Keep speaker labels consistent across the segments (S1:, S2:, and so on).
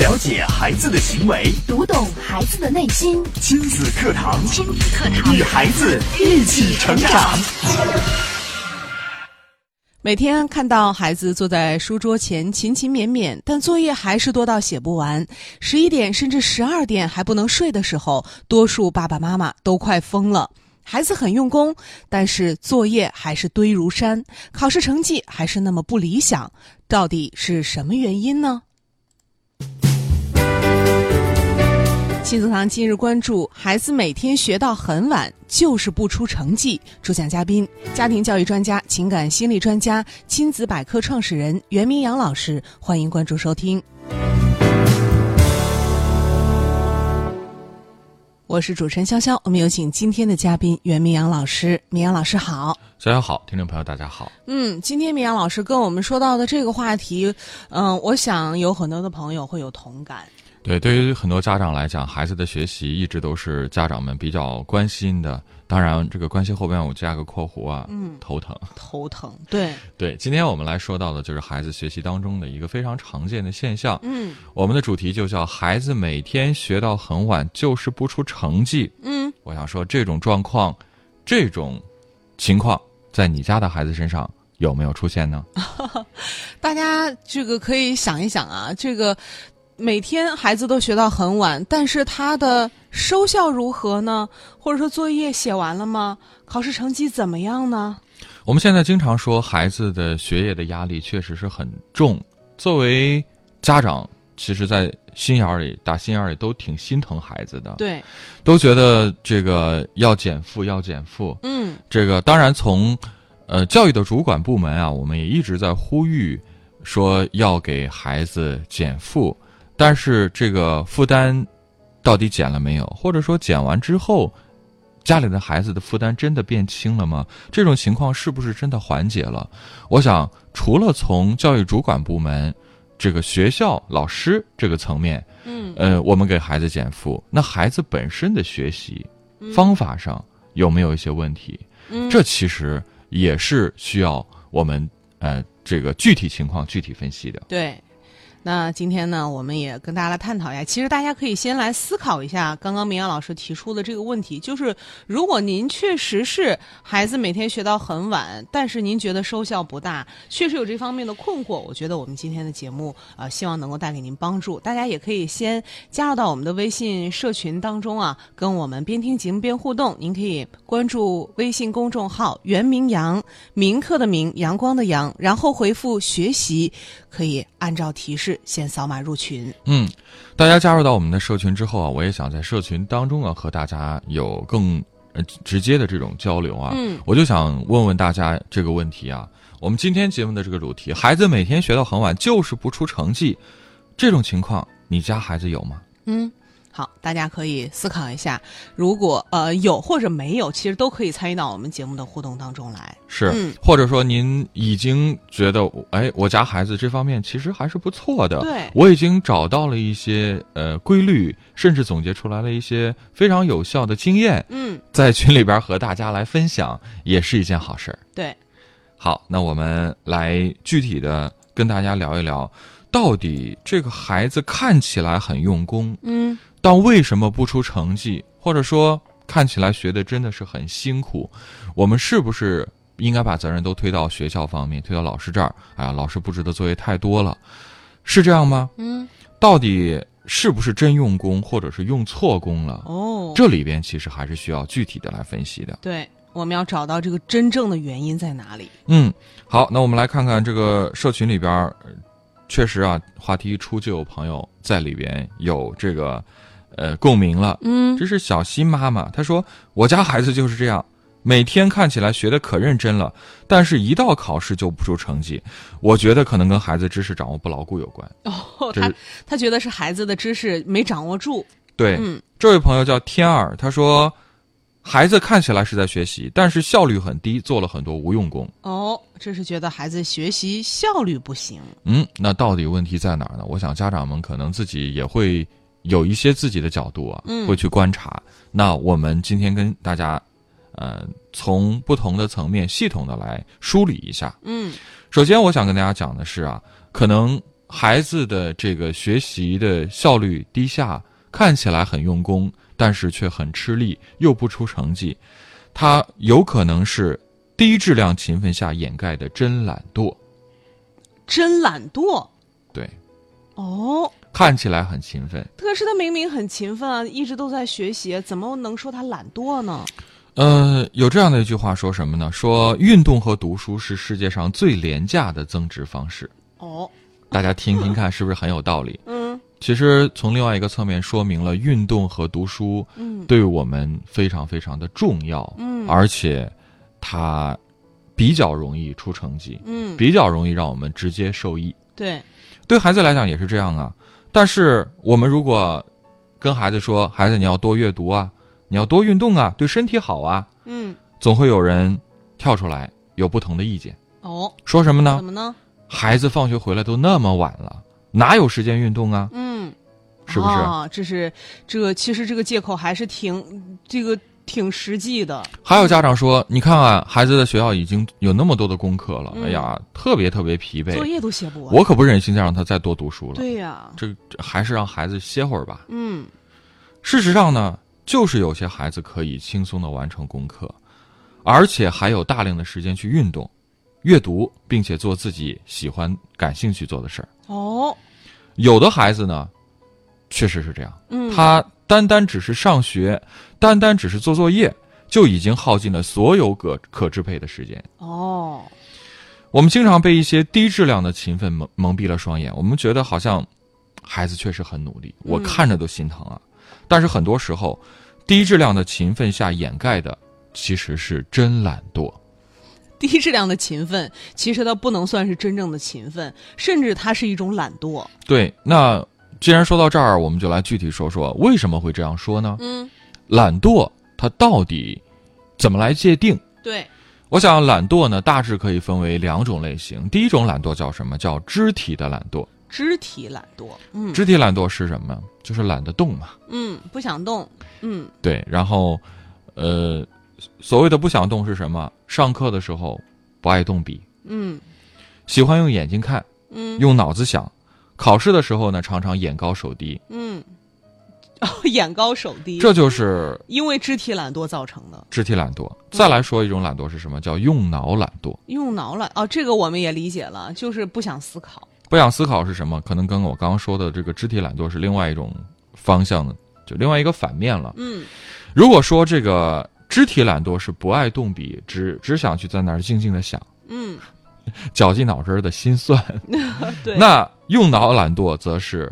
S1: 了解孩子的行为，
S2: 读懂孩子的内心。
S1: 亲子课堂，
S2: 亲子课堂
S1: 与孩子一起成长。
S3: 每天看到孩子坐在书桌前勤勤勉勉，但作业还是多到写不完，十一点甚至十二点还不能睡的时候，多数爸爸妈妈都快疯了。孩子很用功，但是作业还是堆如山，考试成绩还是那么不理想，到底是什么原因呢？亲子堂今日关注：孩子每天学到很晚，就是不出成绩。主讲嘉宾：家庭教育专家、情感心理专家、亲子百科创始人袁明阳老师。欢迎关注收听。我是主持人潇潇，我们有请今天的嘉宾袁明阳老师。明阳老师好。
S4: 大家好，听众朋友大家好。
S3: 嗯，今天明阳老师跟我们说到的这个话题，嗯、我想有很多的朋友会有同感。
S4: 对，对于很多家长来讲，孩子的学习一直都是家长们比较关心的。当然，这个关心后边我加个括弧啊，
S3: 嗯，
S4: 头疼。
S3: 头疼，对，
S4: 对，今天我们来说到的就是孩子学习当中的一个非常常见的现象。
S3: 嗯
S4: 我们的主题就叫“孩子每天学到很晚，就是不出成绩
S3: 嗯”。。
S4: 我想说，这种状况，这种情况，在你家的孩子身上有没有出现呢？
S3: 大家这个可以想一想啊，这个每天孩子都学到很晚，但是他的收效如何呢？或者说作业写完了吗？考试成绩怎么样呢？
S4: 我们现在经常说，孩子的学业的压力确实是很重。作为家长，其实，在心眼儿里打心眼儿里都挺心疼孩子的，
S3: 对，
S4: 都觉得这个要减负，要减负。
S3: 嗯
S4: 这个当然从，呃，教育的主管部门啊，我们也一直在呼吁，说要给孩子减负，但是这个负担到底减了没有？或者说减完之后，家里的孩子的负担真的变轻了吗？这种情况是不是真的缓解了？我想，除了从教育主管部门、这个学校老师这个层面，
S3: 嗯
S4: 呃，我们给孩子减负，那孩子本身的学习方法上有没有一些问题？
S3: 嗯，
S4: 这其实也是需要我们呃这个具体情况具体分析的。
S3: 对。那今天呢，我们也跟大家来探讨一下。其实大家可以先来思考一下刚刚明阳老师提出的这个问题，就是如果您确实是孩子每天学到很晚，但是您觉得收效不大，确实有这方面的困惑，我觉得我们今天的节目呃，希望能够带给您帮助。大家也可以先加入到我们的微信社群当中啊，跟我们边听节目边互动。您可以关注微信公众号“袁明阳”，明课的明，阳光的阳，然后回复“学习”，可以按照提示先扫码入群。
S4: 嗯，大家加入到我们的社群之后啊，我也想在社群当中啊和大家有更呃直直接的这种交流啊。
S3: 嗯，
S4: 我就想问问大家这个问题啊，我们今天节目的这个主题，孩子每天学到很晚就是不出成绩，这种情况你家孩子有吗？
S3: 嗯，好，大家可以思考一下，如果呃有或者没有，其实都可以参与到我们节目的互动当中来。
S4: 是，
S3: 嗯
S4: 或者说您已经觉得，哎，我家孩子这方面其实还是不错的，
S3: 对
S4: 我已经找到了一些呃规律，甚至总结出来了一些非常有效的经验，
S3: 嗯，
S4: 在群里边和大家来分享，也是一件好事儿。
S3: 对，
S4: 好，那我们来具体的跟大家聊一聊，到底这个孩子看起来很用功，
S3: 嗯
S4: 但为什么不出成绩，或者说看起来学的真的是很辛苦，我们是不是应该把责任都推到学校方面，推到老师这儿？哎呀，老师布置的作业太多了，是这样吗？
S3: 嗯，
S4: 到底是不是真用功，或者是用错功了？
S3: 哦，
S4: 这里边其实还是需要具体的来分析的。
S3: 对，我们要找到这个真正的原因在哪里。
S4: 嗯，好，那我们来看看这个社群里边儿，呃确实啊，话题一出就有朋友在里边有这个呃共鸣了。
S3: 嗯
S4: 这是小西妈妈，她说我家孩子就是这样，每天看起来学的可认真了，但是一到考试就不出成绩。我觉得可能跟孩子知识掌握不牢固有关。
S3: 哦，
S4: 这
S3: 他
S4: 是
S3: 他觉得是孩子的知识没掌握住。
S4: 对，
S3: 嗯
S4: 这位朋友叫天二，他说孩子看起来是在学习，但是效率很低，做了很多无用功。
S3: 哦，这是觉得孩子学习效率不行。
S4: 嗯，那到底问题在哪儿呢？我想家长们可能自己也会有一些自己的角度啊，
S3: 嗯
S4: 会去观察。那我们今天跟大家，呃，从不同的层面系统的来梳理一下。
S3: 嗯
S4: 首先，我想跟大家讲的是啊，可能孩子的这个学习的效率低下，看起来很用功，但是却很吃力，又不出成绩，他有可能是低质量勤奋下掩盖的真懒惰。
S3: 真懒惰
S4: 对，
S3: 哦。
S4: 看起来很勤奋，
S3: 可是他明明很勤奋啊，一直都在学习，怎么能说他懒惰呢？
S4: 呃，有这样的一句话说什么呢？说运动和读书是世界上最廉价的增值方式。
S3: 哦，
S4: 大家听听看，是不是很有道理？
S3: 嗯
S4: 其实从另外一个侧面说明了运动和读书
S3: 嗯
S4: 对我们非常非常的重要，
S3: 嗯
S4: 而且它比较容易出成绩，
S3: 嗯，
S4: 比较容易让我们直接受益。
S3: 对，
S4: 对孩子来讲也是这样啊。但是我们如果跟孩子说，孩子你要多阅读啊，你要多运动啊，对身体好啊，
S3: 嗯
S4: 总会有人跳出来有不同的意见，
S3: 哦，
S4: 说什么呢
S3: 怎？么呢？
S4: 孩子放学回来都那么晚了，哪有时间运动啊？
S3: 嗯，
S4: 是不是？
S3: 啊，这是这个，其实这个借口还是挺这个挺实际的。
S4: 还有家长说，你看看孩子的学校已经有那么多的功课了，
S3: 嗯
S4: 哎呀，特别特别疲
S3: 作
S4: 惫，
S3: 业都写不完。
S4: 我可不忍心再让他再多读书了。
S3: 对呀、
S4: 这这还是让孩子歇会儿吧。
S3: 嗯
S4: 事实上呢，就是有些孩子可以轻松的完成功课，而且还有大量的时间去运动、阅读，并且做自己喜欢、感兴趣做的事儿。
S3: 哦
S4: 有的孩子呢，确实是这样，
S3: 嗯，
S4: 他单单只是上学，单单只是做作业，就已经耗尽了所有可可支配的时间。
S3: 哦
S4: 我们经常被一些低质量的勤奋蒙蒙蔽了双眼，我们觉得好像孩子确实很努力，我看着都心疼啊。但是很多时候，低质量的勤奋下掩盖的其实是真懒惰。
S3: 低质量的勤奋，其实它不能算是真正的勤奋，甚至它是一种懒惰。
S4: 对，那既然说到这儿，我们就来具体说说为什么会这样说呢？
S3: 嗯，
S4: 懒惰它到底怎么来界定？
S3: 对，
S4: 我想，懒惰呢大致可以分为两种类型。第一种懒惰叫什么？叫肢体的懒惰。
S3: 肢体懒惰。嗯
S4: 肢体懒惰是什么？就是懒得动嘛。
S3: 嗯，不想动。嗯
S4: 对，然后，呃，所谓的不想动是什么？上课的时候不爱动笔，
S3: 嗯
S4: 喜欢用眼睛看，
S3: 嗯
S4: 用脑子想；考试的时候呢，常常眼高手低，
S3: 嗯，哦，眼高手低，
S4: 这就是
S3: 因为肢体懒惰造成的。
S4: 肢体懒惰。再来说一种懒惰是什么？叫用脑懒惰，
S3: 用脑懒哦，这个我们也理解了，就是不想思考。
S4: 不想思考是什么？可能跟我刚刚说的这个肢体懒惰是另外一种方向的，就另外一个反面了。
S3: 嗯
S4: 如果说这个肢体懒惰是不爱动笔，只只想去在那儿静静的想，
S3: 嗯，
S4: 绞尽脑汁儿的心算。
S3: 对。
S4: 那用脑懒惰则是，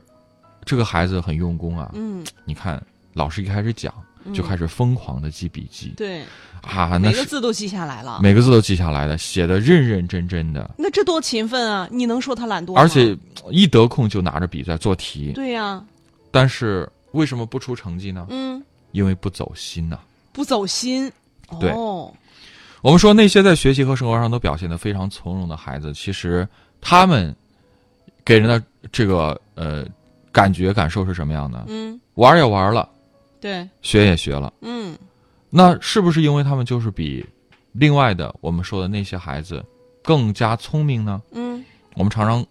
S4: 这个孩子很用功啊。
S3: 嗯
S4: 你看，老师一开始讲就开始疯狂的记笔记、
S3: 对，
S4: 啊，那
S3: 每个
S4: 是
S3: 字啊都记下来了。
S4: 每个字都记下来的，写的认认真真的，
S3: 那这多勤奋啊！你能说他懒惰吗？
S4: 而且一得空就拿着笔在做题。
S3: 对呀、
S4: 但是为什么不出成绩呢？
S3: 嗯，
S4: 因为不走心呐、
S3: 不走心。
S4: 对
S3: 哦，
S4: 我们说那些在学习和生活上都表现得非常从容的孩子，其实他们给人的这个呃感觉感受是什么样的？
S3: 嗯，
S4: 玩儿也玩儿了，
S3: 对，
S4: 学也学了。
S3: 嗯，
S4: 那是不是因为他们就是比另外的我们说的那些孩子更加聪明呢？
S3: 嗯，
S4: 我们常常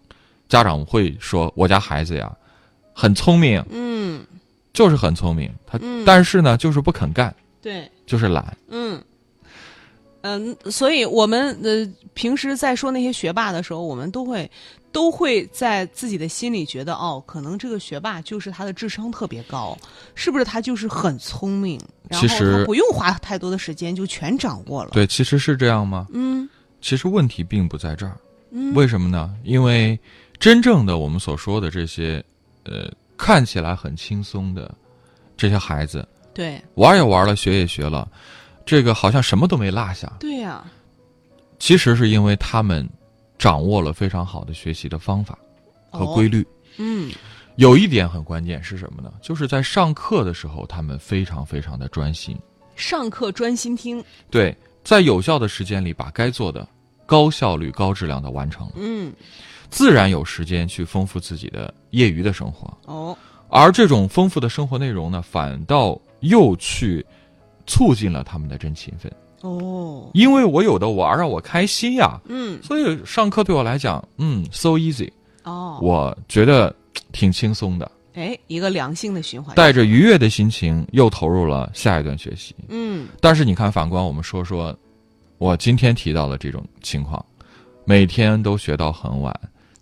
S4: 家长会说，我家孩子呀，很聪明，
S3: 嗯，
S4: 就是很聪明，他、
S3: 嗯
S4: 但是呢，就是不肯干，
S3: 对，
S4: 就是懒。
S3: 嗯。嗯，所以我们呃平时在说那些学霸的时候，我们都会都会在自己的心里觉得，哦，可能这个学霸就是他的智商特别高，是不是他就是很聪明，然后
S4: 其实
S3: 他不用花太多的时间就全掌握了。，
S4: 对，其实是这样吗？
S3: 嗯
S4: 其实问题并不在这儿，
S3: 嗯，
S4: 为什么呢？因为真正的我们所说的这些，呃，看起来很轻松的这些孩子，
S3: 对
S4: 玩儿也玩儿了，学也学了，这个好像什么都没落下。
S3: 对呀、
S4: 其实是因为他们掌握了非常好的学习的方法和
S3: 哦
S4: 规律。
S3: 嗯
S4: 有一点很关键是什么呢？就是在上课的时候，他们非常非常的专心，
S3: 上课专心听，
S4: 对，在有效的时间里把该做的高效率、高质量的完成了，
S3: 嗯
S4: 自然有时间去丰富自己的业余的生活。
S3: 哦
S4: 而这种丰富的生活内容呢，反倒又去促进了他们的真勤奋，
S3: 哦，
S4: 因为我有的玩儿啊，我开心呀、
S3: 嗯
S4: 所以上课对我来讲，嗯，so easy。
S3: 哦，
S4: 我觉得挺轻松的，
S3: 哎，一个良性的循环。
S4: 带着愉悦的心情又投入了下一段学习。
S3: 嗯，
S4: 但是你看，反观我们说说，我今天提到的这种情况，每天都学到很晚，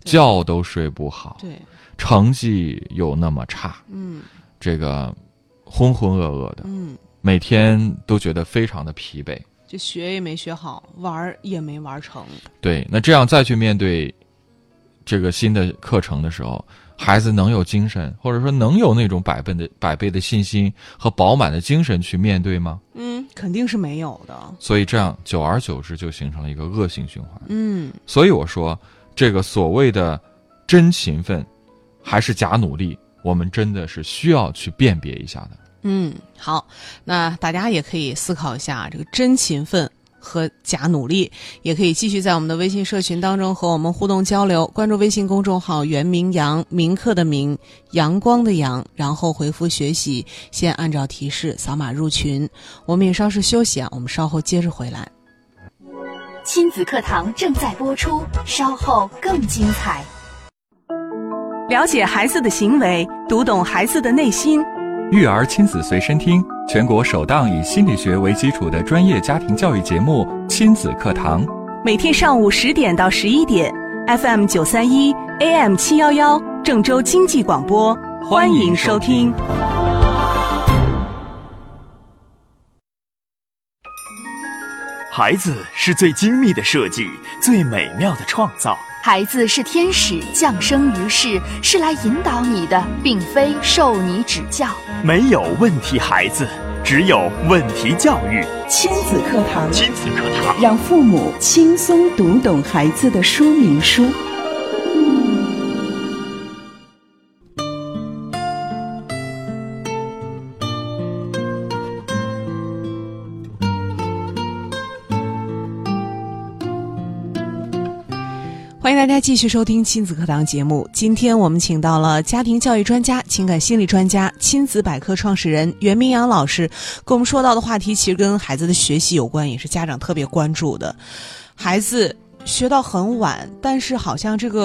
S3: 对
S4: 觉都睡不好，
S3: 对，
S4: 成绩又那么差，
S3: 嗯
S4: 这个浑浑噩噩的，
S3: 嗯，
S4: 每天都觉得非常的疲惫。
S3: 就学也没学好，玩儿也没玩儿成。
S4: 对，那这样再去面对这个新的课程的时候，孩子能有精神，或者说能有那种百倍的百倍的信心和饱满的精神去面对吗？
S3: 嗯，肯定是没有的。
S4: 所以这样久而久之就形成了一个恶性循环。
S3: 嗯，
S4: 所以我说，这个所谓的真勤奋还是假努力，我们真的是需要去辨别一下的。
S3: 嗯，好，那大家也可以思考一下这个真勤奋。和假努力，也可以继续在我们的微信社群当中和我们互动交流。关注微信公众号“袁明阳”，明课的明，阳光的阳，然后回复“学习”，先按照提示扫码入群。我们也稍事休息啊，我们稍后接着回来。
S2: 亲子课堂正在播出，稍后更精彩。
S5: 了解孩子的行为，读懂孩子的内心。
S1: 育儿亲子随身听，全国首档以心理学为基础的专业家庭教育节目《亲子课堂》。
S5: 每天上午十点到十一点，FM 九三一，AM 七幺幺，郑州经济广播，欢迎收听。
S1: 孩子是最精密的设计，最美妙的创造。
S2: 孩子是天使降生于世，是来引导你的，并非受你指教。
S1: 没有问题孩子，只有问题教育。
S6: 亲子课堂，
S1: 亲子课堂。
S6: 让父母轻松读懂孩子的说明书。
S3: 欢迎大家继续收听亲子课堂节目。今天我们请到了家庭教育专家、情感心理专家、亲子百科创始人袁明阳老师，跟我们说到的话题其实跟孩子的学习有关，也是家长特别关注的。孩子学到很晚，但是好像这个，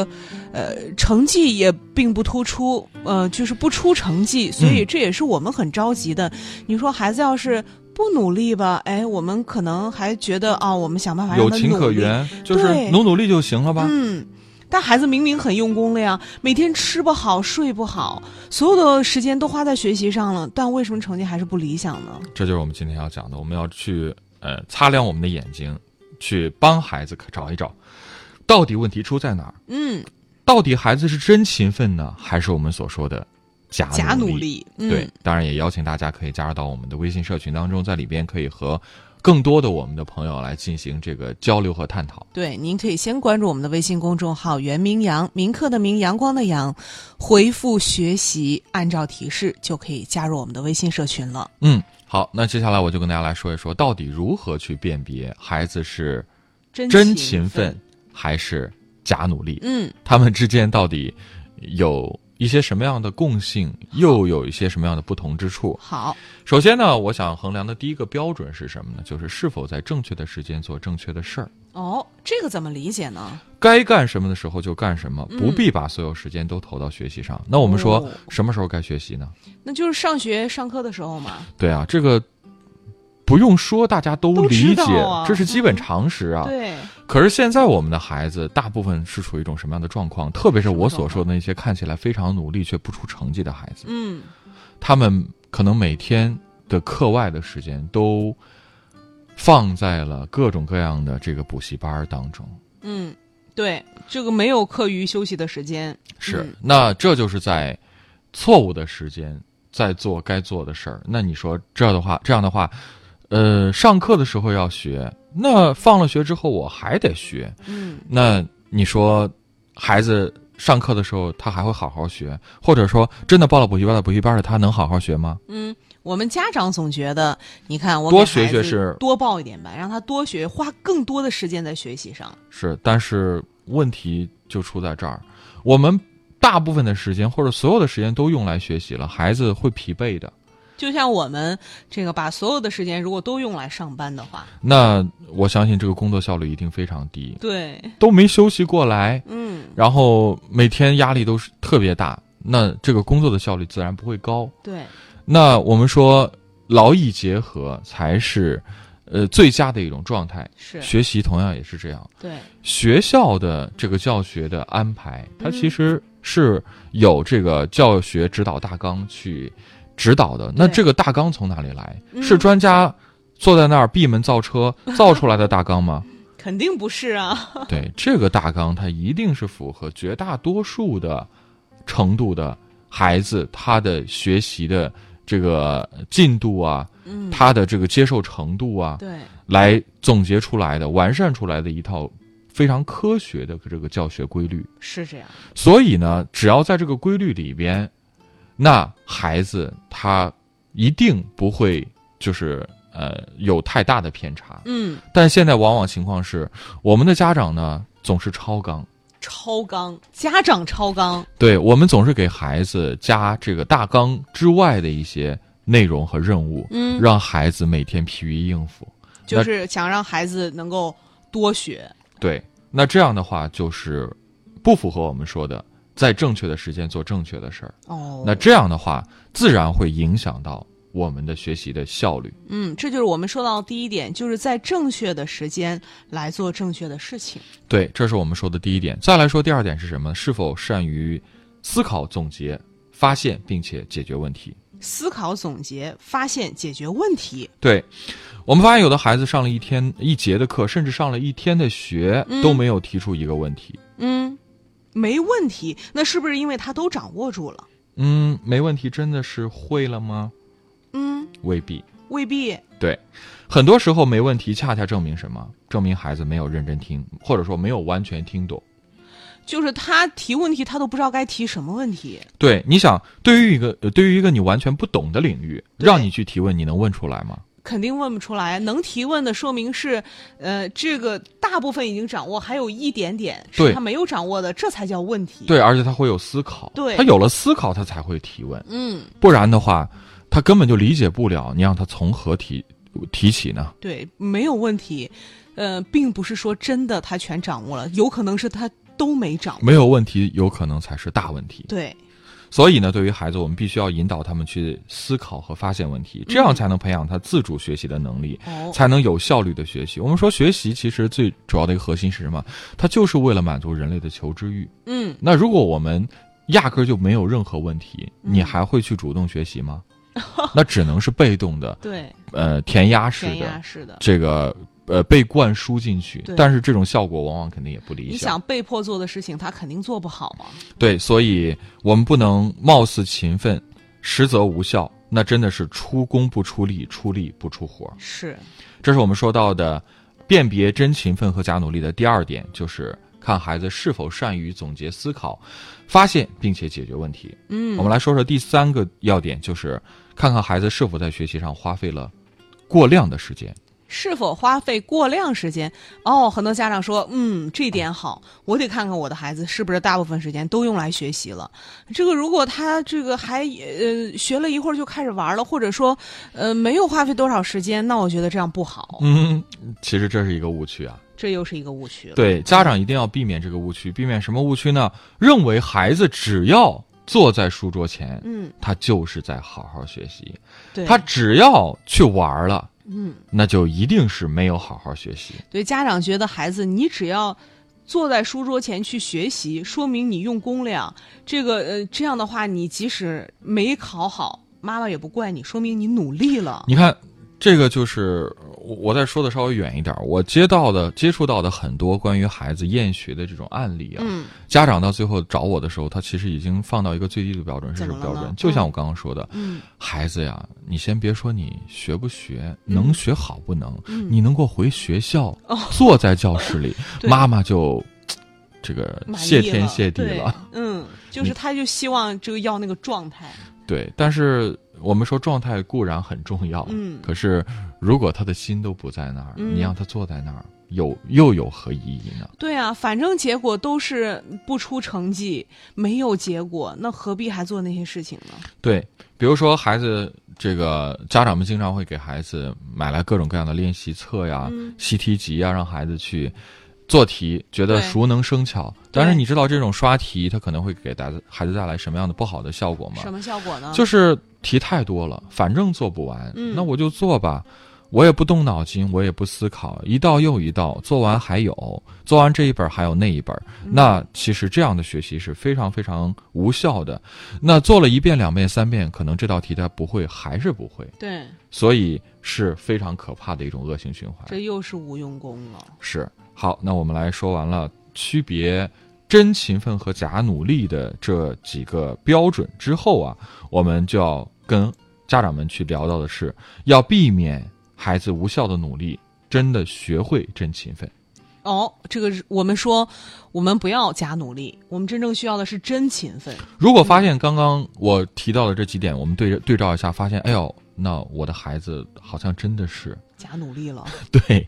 S3: 呃，成绩也并不突出，呃，就是不出成
S4: 嗯
S3: 绩，所以这也是我们很着急的。你说孩子要是不努力吧，哎，我们可能还觉得啊、我们想办法让
S4: 有
S3: 他
S4: 情可
S3: 努力
S4: 原，就是
S3: 对
S4: 努努力就行了吧。
S3: 嗯，但孩子明明很用功了呀，每天吃不好、睡不好，所有的时间都花在学习上了，但为什么成绩还是不理想呢？
S4: 这就是我们今天要讲的，我们要去呃擦亮我们的眼睛，去帮孩子找一找，到底问题出在哪儿？
S3: 嗯，
S4: 到底孩子是真勤奋呢，还是我们所说的假
S3: 假
S4: 努
S3: 努力，嗯、
S4: 对，，当然也邀请大家可以加入到我们的微信社群当中，在里边可以和更多的我们的朋友来进行这个交流和探讨。
S3: 对，您可以先关注我们的微信公众号“袁明阳”，明课的明，阳光的阳，回复“学习”，按照提示就可以加入我们的微信社群了。
S4: 嗯，好，那接下来我就跟大家来说一说，到底如何去辨别孩子是
S3: 真
S4: 真
S3: 勤
S4: 勤奋，还是假努力，
S3: 嗯，
S4: 他们之间到底有一些什么样的共性，又有一些什么样的不同之处？
S3: 好，
S4: 首先呢，我想衡量的第一个标准是什么呢？就是是否在正确的时间做正确的事儿。
S3: 哦，这个怎么理解呢？
S4: 该干什么的时候就干什么，
S3: 嗯
S4: 不必把所有时间都投到学习上。那我们说、
S3: 哦
S4: 什么时候该学习呢？
S3: 那就是上学上课的时候嘛。
S4: 对啊，这个不用说，大家都
S3: 都知
S4: 理解，
S3: 道啊
S4: 这是基本常识啊。
S3: 对，
S4: 可是现在我们的孩子大部分是处于一种什么样的状况？特别是我所说的那些看起来非常努力却不出成绩的孩子，
S3: 嗯，
S4: 他们可能每天的课外的时间都放在了各种各样的这个补习班儿当中。
S3: 嗯，对，这个没有课余休息的时间。
S4: 是，
S3: 嗯
S4: 那这就是在错误的时间在做该做的事儿。那你说这的话，这样的话，呃，上课的时候要学，那放了学之后我还得学。
S3: 嗯，
S4: 那你说，孩子上课的时候他还会好好学，或者说真的报了补习班的补习班的他能好好学吗？
S3: 嗯，我们家长总觉得，你看我
S4: 多
S3: 给孩
S4: 学学
S3: 子
S4: 是
S3: 多报一点班，让他多学，花更多的时间在学习上。
S4: 是，但是问题就出在这儿，我们大部分的时间或者所有的时间都用来学习了，孩子会疲惫的。
S3: 就像我们这个把所有的时间如果都用来上班的话，
S4: 那我相信这个工作效率一定非常低，
S3: 对，
S4: 都没休息过来，
S3: 嗯，
S4: 然后每天压力都是特别大，那这个工作的效率自然不会高。
S3: 对，
S4: 那我们说劳逸结合才是，呃，最佳的一种状态。
S3: 是，
S4: 学习同样也是这样，
S3: 对，
S4: 学校的这个教学的安排，它
S3: 嗯
S4: 其实是有这个教学指导大纲去指导的。那
S3: 对
S4: 这个大纲从哪里来？
S3: 嗯
S4: 是专家坐在那儿闭门造 车造出来的大纲吗？
S3: 肯定不是啊，
S4: 对，这个大纲它一定是符合绝大多数的程度的孩子他的学习的这个进度啊，
S3: 嗯，
S4: 他的这个接受程度啊，
S3: 对，
S4: 来总结出来的、完善出来的一套非常科学的这个教学规律。
S3: 是这样，
S4: 所以呢，只要在这个规律里边，那孩子他一定不会就是呃有太大的偏差。
S3: 嗯，
S4: 但现在往往情况是，我们的家长呢总是超纲，
S3: 超纲，家长超纲，
S4: 对我们总是给孩子加这个大纲之外的一些内容和任务，
S3: 嗯，
S4: 让孩子每天疲于应付。
S3: 就
S4: 那
S3: 是想让孩子能够多学，
S4: 对，那这样的话就是不符合我们说的在正确的时间做正确的事儿。
S3: 哦
S4: 那这样的话，自然会影响到我们的学习的效率。
S3: 嗯，这就是我们说到的第一点，就是在正确的时间来做正确的事情。
S4: 对，这是我们说的第一点。再来说第二点是什么？是否善于思考、总结、发现并且解决问题？
S3: 思考、总结、发现、解决问题，
S4: 对，我们发现有的孩子上了一天一节的课，甚至上了一天的学，
S3: 嗯
S4: 都没有提出一个问题。
S3: 嗯，没问题。那是不是因为他都掌握住了？
S4: 嗯，没问题，真的是会了吗？
S3: 嗯，
S4: 未必。
S3: 未必。
S4: 对，很多时候没问题，恰恰证明什么？证明孩子没有认真听，或者说没有完全听懂。
S3: 就是他提问题，他都不知道该提什么问题。
S4: 对，你想，对于一个、呃对于一个你完全不懂的领域，
S3: 对
S4: 让你去提问，你能问出来吗？
S3: 肯定问不出来，能提问的说明是，呃，这个大部分已经掌握，还有一点点是
S4: 对
S3: 他没有掌握的，这才叫问题。，
S4: 对，而且他会有思考，
S3: 对
S4: 他有了思考，他才会提问，
S3: 嗯，
S4: 不然的话，他根本就理解不了。你让他从何提提起呢？
S3: 对，没有问题。呃，并不是说真的他全掌握了，有可能是他都没掌握。
S4: 没有问题，有可能才是大问题。
S3: 对，
S4: 所以呢，对于孩子，我们必须要引导他们去思考和发现问题，这
S3: 嗯
S4: 样才能培养他自主学习的能力。
S3: 哦，
S4: 才能有效率的学习。我们说学习其实最主要的一个核心是什么？它就是为了满足人类的求知欲。
S3: 嗯，
S4: 那如果我们压根儿就没有任何问题，
S3: 嗯
S4: 你还会去主动学习吗？那只能是被动的，
S3: 对，
S4: 呃，填鸭式
S3: 悬崖
S4: 的
S3: 式的。
S4: 这个呃被灌输进去
S3: 对。
S4: 但是这种效果往往肯定也不理
S3: 你想被迫做的事情，他肯定做不好啊。
S4: 对，所以我们不能貌似勤奋，实则无效。那真的是出工不出力，出力不出活儿。
S3: 是，
S4: 这是我们说到的辨别真勤奋和假努力的第二点，就是看孩子是否善于总结思考、发现并且解决问题。
S3: 嗯，
S4: 我们来说说第三个要点，就是看看孩子是否在学习上花费了过量的时间。
S3: 是否花费过量时间？哦，很多家长说，嗯，这点好，我得看看我的孩子是不是大部分时间都用来学习了。这个如果他这个还呃学了一会儿就开始玩了，或者说呃没有花费多少时间，那我觉得这样不好，
S4: 嗯，其实这是一个误区 啊。
S3: 这又是一个误区了。，
S4: 对，家长一定要避免这个误区。避免什么误区呢？认为孩子只要坐在书桌前，
S3: 嗯，
S4: 他就是在好好学习；
S3: 对，
S4: 他只要去玩了，
S3: 嗯，
S4: 那就一定是没有好好学习。
S3: 对家长觉得孩子，你只要坐在书桌前去学习，说明你用功了。这个呃，这样的话，你即使没考好，妈妈也不怪你，说明你努力了。
S4: 你看，这个就是我我再说的稍微远一点儿，我接到的、接触到的很多关于孩子厌学的这种案例啊，
S3: 嗯
S4: 家长到最后找我的时候，他其实已经放到一个最低的标准是
S3: 怎
S4: 什
S3: 么
S4: 么标
S3: 了呢
S4: 准？就像我刚刚说的，
S3: 嗯
S4: 孩子呀，你先别说你学不学，
S3: 嗯
S4: 能学好不能，
S3: 嗯
S4: 你能够回学校，
S3: 哦
S4: 坐在教室里，
S3: 对
S4: 妈妈就这个
S3: 满意
S4: 谢天
S3: 了
S4: 谢地
S3: 对
S4: 了。
S3: 嗯，就是
S4: 你
S3: 他就希望这个要那个状态。
S4: 对，但是我们说状态固然很重要，
S3: 嗯
S4: 可是如果他的心都不在那儿，
S3: 嗯
S4: 你让他坐在那儿，有又有何意义呢？
S3: 对啊，反正结果都是不出成绩，没有结果，那何必还做那些事情呢？
S4: 对，比如说孩子这个家长们经常会给孩子买来各种各样的练习册呀、习题集啊呀，让孩子去做题，觉得
S3: 对
S4: 熟能生巧。但是
S3: 对
S4: 你知道这种刷题，它可能会给大家孩子带来什么样的不好的效果吗？
S3: 什么效果呢？
S4: 就是题太多了，反正做不完，
S3: 啊嗯
S4: 那我就做吧。我也不动脑筋，我也不思考，一道又一道，做完还有，做完这一本还有那一本。那其实这样的学习是非常非常无效的。那做了一遍、两遍、三遍，可能这道题它不会，还是不会，
S3: 对，
S4: 所以是非常可怕的一种恶性循环
S3: 这。又是无用功了。
S4: 是好，那我们来说完了区别真勤奋和假努力的这几个标准之后啊，我们就要跟家长们去聊到的是，要避免孩子无效的努力，真的学会真勤奋。
S3: 哦，这个是我们说，我们不要假努力，我们真正需要的是真勤奋。
S4: 如果发现刚刚我提到的这几点，我们对对照一下，发现，哎呦，那我的孩子好像真的是
S3: 假努力 了，
S4: 对，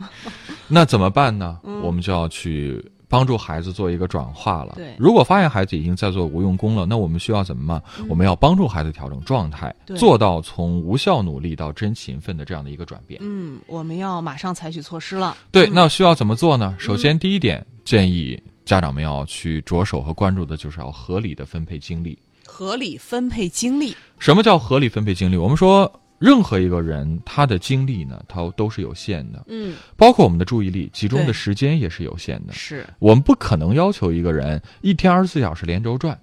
S4: 那怎么办呢？
S3: 嗯
S4: 我们就要去帮助孩子做一个转化了。
S3: 对
S4: 如果发现孩子已经在做无用功了，那我们需要怎么嘛？我们要帮助孩子调整状态，
S3: 嗯对
S4: 做到从无效努力到真勤奋的这样的一个转变。
S3: 嗯，我们要马上采取措施了。
S4: 对，那需要怎么做呢？
S3: 嗯
S4: 首先，第一点、建议家长们要去着手和关注的就是要合理的分配精力。
S3: 合理分配精力，
S4: 什么叫合理分配精力？我们说，任何一个人他的精力呢，他都是有限的，
S3: 嗯，
S4: 包括我们的注意力集中的
S3: 对
S4: 时间也是有限的。
S3: 是
S4: 我们不可能要求一个人一天二十四小时连轴转，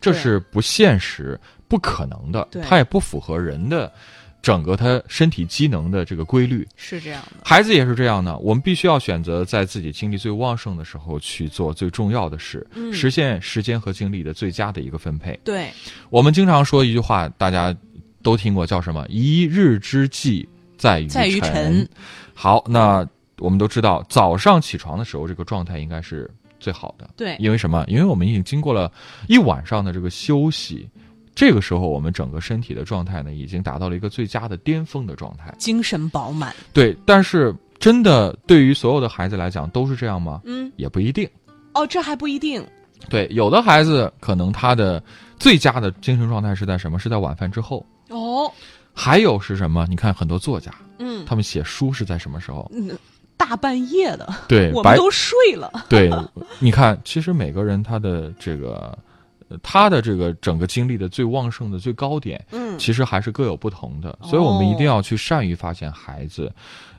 S4: 这
S3: 对
S4: 是不现实、不可能的
S3: 对，
S4: 它也不符合人的整个他身体机能的这个规律。
S3: 是这样的，
S4: 孩子也是这样的，我们必须要选择在自己精力最旺盛的时候去做最重要的事，
S3: 嗯
S4: 实现时间和精力的最佳的一个分配。
S3: 对，
S4: 我们经常说一句话，大家都听过，叫什么？一日之计在于
S3: 在于晨。
S4: 好，那我们都知道，早上起床的时候，这个状态应该是最好的。
S3: 对，
S4: 因为什么？因为我们已经经过了一晚上的这个休息，这个时候我们整个身体的状态呢，已经达到了一个最佳的巅峰的状态。
S3: 精神饱满，
S4: 对，但是真的对于所有的孩子来讲都是这样吗？
S3: 嗯，
S4: 也不一定。
S3: 哦，这还不一定，
S4: 对，有的孩子可能他的最佳的精神状态是在什么？是在晚饭之后。
S3: 哦，
S4: 还有是什么？你看很多作家，
S3: 嗯，
S4: 他们写书是在什么时候？
S3: 大半夜的，
S4: 对，
S3: 嗯我们
S4: 白
S3: 都睡了，
S4: 对，你看，其实每个人他的这个，呃他的这个整个经历的最旺盛的最高点，
S3: 嗯，
S4: 其实还是各有不同的。所以我们一定要去善于发现孩子。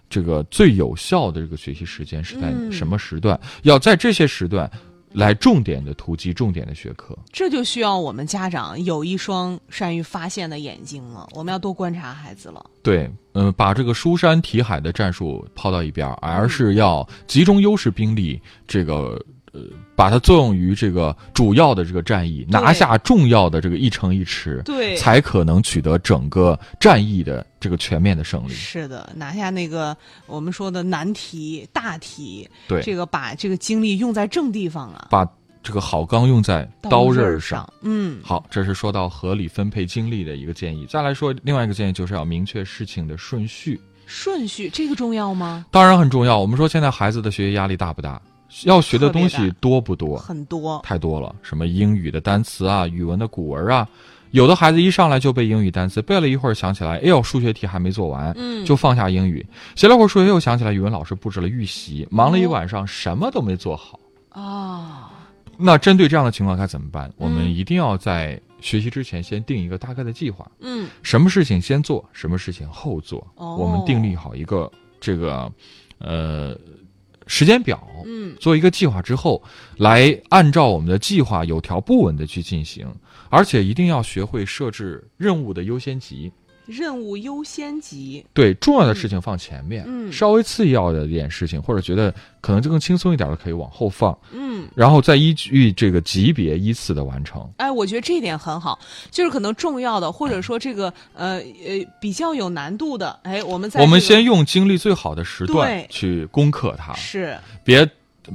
S4: 这个最有效的这个学习时间是在
S3: 嗯
S4: 什么时段？要在这些时段来重点的突击重点的学科。
S3: 这就需要我们家长有一双善于发现的眼睛了，我们要多观察孩子了。
S4: 对，嗯、把这个疏山题海的战术抛到一边儿，
S3: 嗯
S4: 而是要集中优势兵力，这个呃，把它作用于这个主要的这个战役，拿下重要的这个一城一池，
S3: 对
S4: 才可能取得整个战役的这个全面的胜利。
S3: 是的，拿下那个我们说的难题、大题，
S4: 对，
S3: 这个把这个精力用在正地方啊，
S4: 把这个好钢用在
S3: 刀
S4: 刀
S3: 刃
S4: 刃
S3: 儿
S4: 儿
S3: 上
S4: 上。，
S3: 嗯，
S4: 好，这是说到合理分配精力的一个建议。再来说另外一个建议，就是要明确事情的顺序。
S3: 顺序这个重要吗？
S4: 当然很重要。我们说现在孩子的学习压力大不大？要学的东
S3: 特别
S4: 西
S3: 大
S4: 多不多？
S3: 很多，
S4: 太多了，什么英语的单词啊，语文的古文啊，有的孩子一上来就背英语单词，背了一会儿想起来，哎呦，数学题还没做完，
S3: 嗯
S4: 就放下英语，写了会儿数学又想起来，语文老师布置了预习，忙了一晚上，什么都没做好。
S3: 啊，
S4: 那针对这样的情况该怎么办？我
S3: 嗯
S4: 们一定要在学习之前先定一个大概的计划，
S3: 嗯，
S4: 什么事情先做，什么事情后做，
S3: 哦
S4: 我们订立好一个这个呃时间表，
S3: 嗯，
S4: 做一个计划之后，来按照我们的计划有条不紊的去进行，而且一定要学会设置任务的优先级，
S3: 任务优先级，
S4: 对重要的事情放前面，
S3: 嗯嗯
S4: 稍微次要的一点事情或者觉得可能就更轻松一点的可以往后放，
S3: 嗯。
S4: 然后再依据这个级别依次的完成。
S3: 哎，我觉得这一点很好，就是可能重要的，或者说这个呃呃比较有难度的，哎，我们在、
S4: 我们先用啊精力最好的时段
S3: 对
S4: 去攻克它，
S3: 是
S4: 别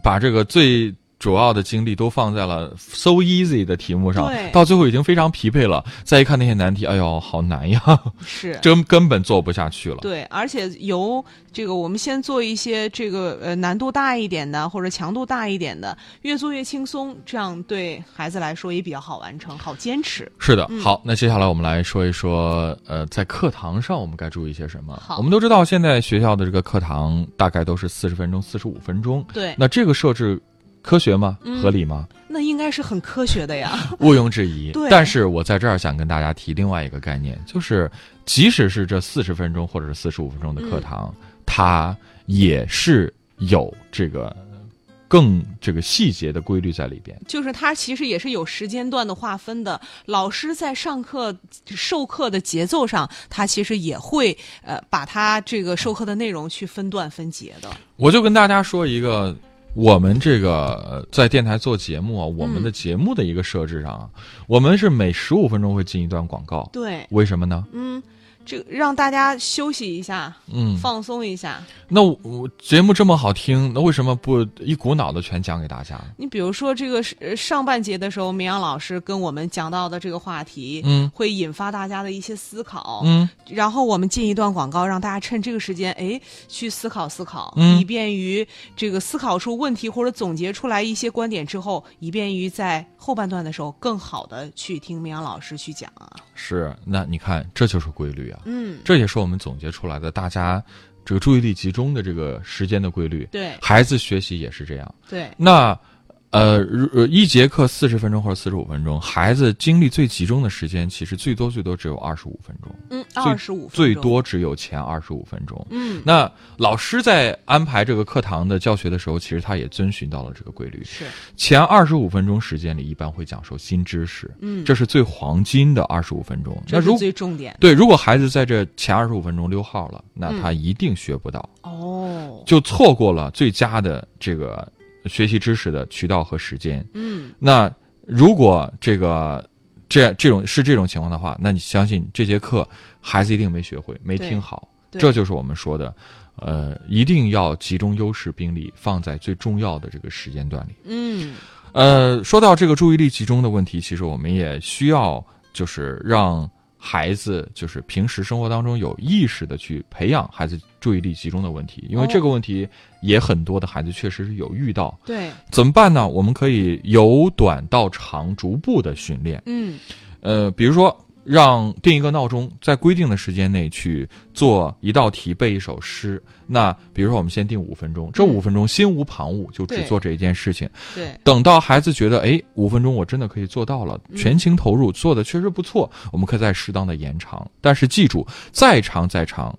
S4: 把这个最主要的精力都放在了 so easy 的题目上
S3: 对，
S4: 到最后已经非常疲惫了。再一看那些难题，哎呦，好难 呀，
S3: 是
S4: 真根本做不下去了。
S3: 对，而且由这个我们先做一些这个呃难度大一点的或者强度大一点的，越做越轻松，这样对孩子来说也比较好完成，好坚持。
S4: 是的，好，那接下来我们来说一说，呃，在课堂上我们该注意些什么？
S3: 好
S4: 我们都知道现在学校的这个课堂大概都是四十分钟、四十五分钟，
S3: 对，
S4: 那这个设置科学吗？
S3: 嗯
S4: 合理吗？
S3: 那应该是很科学的呀。
S4: 毋庸置疑。
S3: 对
S4: 但是我在这儿想跟大家提另外一个概念，就是即使是这四十分钟或者是四十五分钟的课堂，
S3: 嗯
S4: 它也是有这个更这个细节的规律在里边。
S3: 就是它其实也是有时间段的划分的，老师在上课授课的节奏上，他其实也会呃把他这个授课的内容去分段分节的。
S4: 我就跟大家说一个，我们这个呃在电台做节目啊，我们
S3: 嗯
S4: 的节目的一个设置上啊，我们是每十五分钟会进一段广告，
S3: 对，
S4: 为什么呢？
S3: 嗯，这个让大家休息一下，
S4: 嗯，
S3: 放松一下。
S4: 那我我节目这么好听，那为什么不一股脑的全讲给大家呢？
S3: 你比如说这个是呃上半节的时候，明阳老师跟我们讲到的这个话题，
S4: 嗯
S3: 会引发大家的一些思考。
S4: 嗯，
S3: 然后我们进一段广告，让大家趁这个时间，哎，去思考思考，
S4: 嗯
S3: 以便于这个思考出问题或者总结出来一些观点之后，以便于在后半段的时候更好的去听明阳老师去讲啊。
S4: 是，那你看这就是规律啊，
S3: 嗯，
S4: 这也是我们总结出来的，大家这个注意力集中的这个时间的规律。
S3: 对
S4: 孩子学习也是这样。
S3: 对，
S4: 那呃，如呃一节课四十分钟或者四十五分钟，孩子精力最集中的时间，其实最多最多只有二十五分钟，
S3: 嗯，
S4: 最
S3: 二十五
S4: 最，多只有前二十五分钟。
S3: 嗯，
S4: 那老师在安排这个课堂的教学的时候，其实他也遵循到了这个规律。
S3: 是
S4: 前二十五分钟时间里，一般会讲授新知识，
S3: 嗯
S4: 这是最黄金的二十五分钟。那
S3: 这
S4: 如
S3: 是最重点
S4: 对，如果孩子在这前二十五分钟溜号了，那他一定学不到，
S3: 哦，
S4: 就错过了最佳的这个学习知识的渠道和时间。
S3: 嗯，
S4: 那如果这个这这种是这种情况的话，那你相信这节课孩子一定没学会，没
S3: 对
S4: 听好。
S3: 对
S4: 这就是我们说的，呃，一定要集中优势兵力放在最重要的这个时间段里。
S3: 嗯，
S4: 呃，说到这个注意力集中的问题，其实我们也需要就是让孩子就是平时生活当中有意识的去培养孩子注意力集中的问题，因为
S3: 哦
S4: 这个问题也很多的孩子确实是有遇到。
S3: 对，
S4: 怎么办呢？我们可以由短到长，逐步的训练。
S3: 嗯，
S4: 呃，比如说让定一个闹钟，在规定的时间内去做一道题，背一首诗。那比如说我们先定五分钟，这
S3: 嗯
S4: 五分钟心无旁骛，就只
S3: 对
S4: 做这一件事情。
S3: 对。
S4: 等到孩子觉得，哎，五分钟我真的可以做到了，
S3: 嗯
S4: 全情投入，做的确实不错，我们可以再适当的延长。但是记住，再长再长，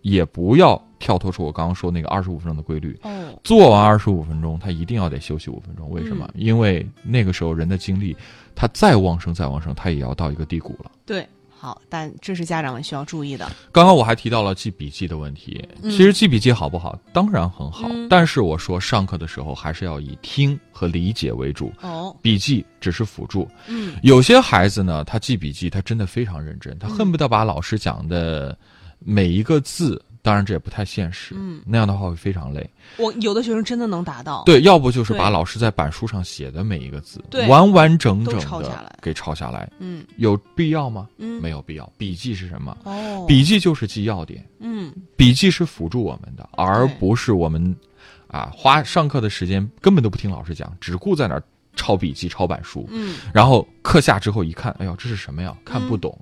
S4: 也不要跳脱出我刚刚说那个二十五分钟的规律。
S3: 哦，
S4: 做完二十五分钟，他一定要得休息五分钟。为什么？
S3: 嗯
S4: 因为那个时候人的精力，他再旺盛再旺盛，他也要到一个低谷了。
S3: 对，好，但这是家长们需要注意的。
S4: 刚刚我还提到了记笔记的问题，
S3: 嗯
S4: 其实记笔记好不好？当然很好，
S3: 嗯
S4: 但是我说上课的时候还是要以听和理解为主，
S3: 哦，
S4: 笔记只是辅助。
S3: 嗯，
S4: 有些孩子呢，他记笔记，他真的非常认真，他恨
S3: 嗯
S4: 不得把老师讲的每一个字，当然这也不太现实，
S3: 嗯
S4: 那样的话会非常累。
S3: 我有的学生真的能达到。，
S4: 对，要不就是把
S3: 对
S4: 老师在板书上写的每一个字，
S3: 对
S4: 完完整整
S3: 都抄下
S4: 的
S3: 来
S4: 给抄下来，
S3: 嗯
S4: 有必要吗？
S3: 嗯，
S4: 没
S3: 有。
S4: 有必要。笔记是什么？
S3: 哦，
S4: 笔记就是记要点，
S3: 嗯，
S4: 笔记是辅助我们的，而
S3: 对
S4: 不是我们啊花上课的时间根本都不听老师讲，只顾在那儿抄笔记、抄板书。
S3: 嗯，
S4: 然后课下之后一看，哎呦，这是什么呀？看不
S3: 嗯
S4: 懂。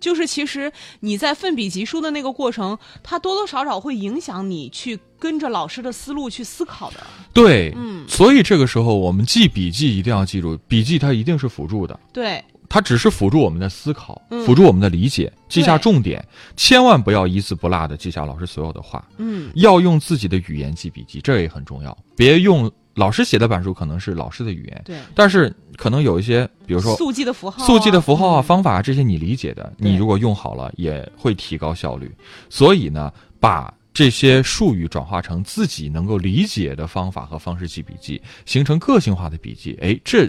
S3: 就是其实你在奋笔疾书的那个过程，它多多少少会影响你去跟着老师的思路去思考的。
S4: 对，
S3: 嗯
S4: 所以这个时候我们记笔记一定要记住，笔记它一定是辅助的，
S3: 对，
S4: 它只是辅助我们的思考，
S3: 嗯
S4: 辅助我们的理解，记下
S3: 对
S4: 重点，千万不要一字不落的记下老师所有的话，
S3: 嗯，
S4: 要用自己的语言记笔记，这也很重要，别用老师写的板书，可能是老师的语言，
S3: 对。
S4: 但是可能有一些，比如说。
S3: 速记的符号啊、
S4: 速记的符号啊、
S3: 嗯
S4: 方法啊，这些你理解的，
S3: 对
S4: 你如果用好了，也会提高效率。所以呢，把这些术语转化成自己能够理解的方法和方式记笔记，形成个性化的笔记。哎，这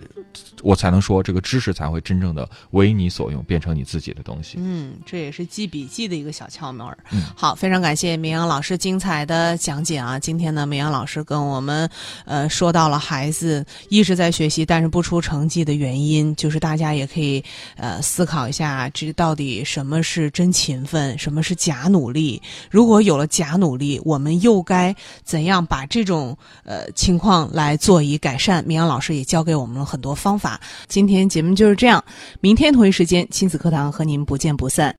S4: 我才能说这个知识才会真正的为你所用，变成你自己的东西。
S3: 嗯，这也是记笔记的一个小窍门儿。嗯好，非常感谢明阳老师精彩的讲解啊！今天呢，明阳老师跟我们呃说到了孩子一直在学习但是不出成绩的原因，就是大家也可以呃思考一下，这到底什么是真勤奋，什么是假努力？如果有了假努力，我们又该怎样把这种呃情况来做以改善？明阳老师也教给我们了很多方法。今天节目就是这样，明天同一时间亲子课堂和您不见不散。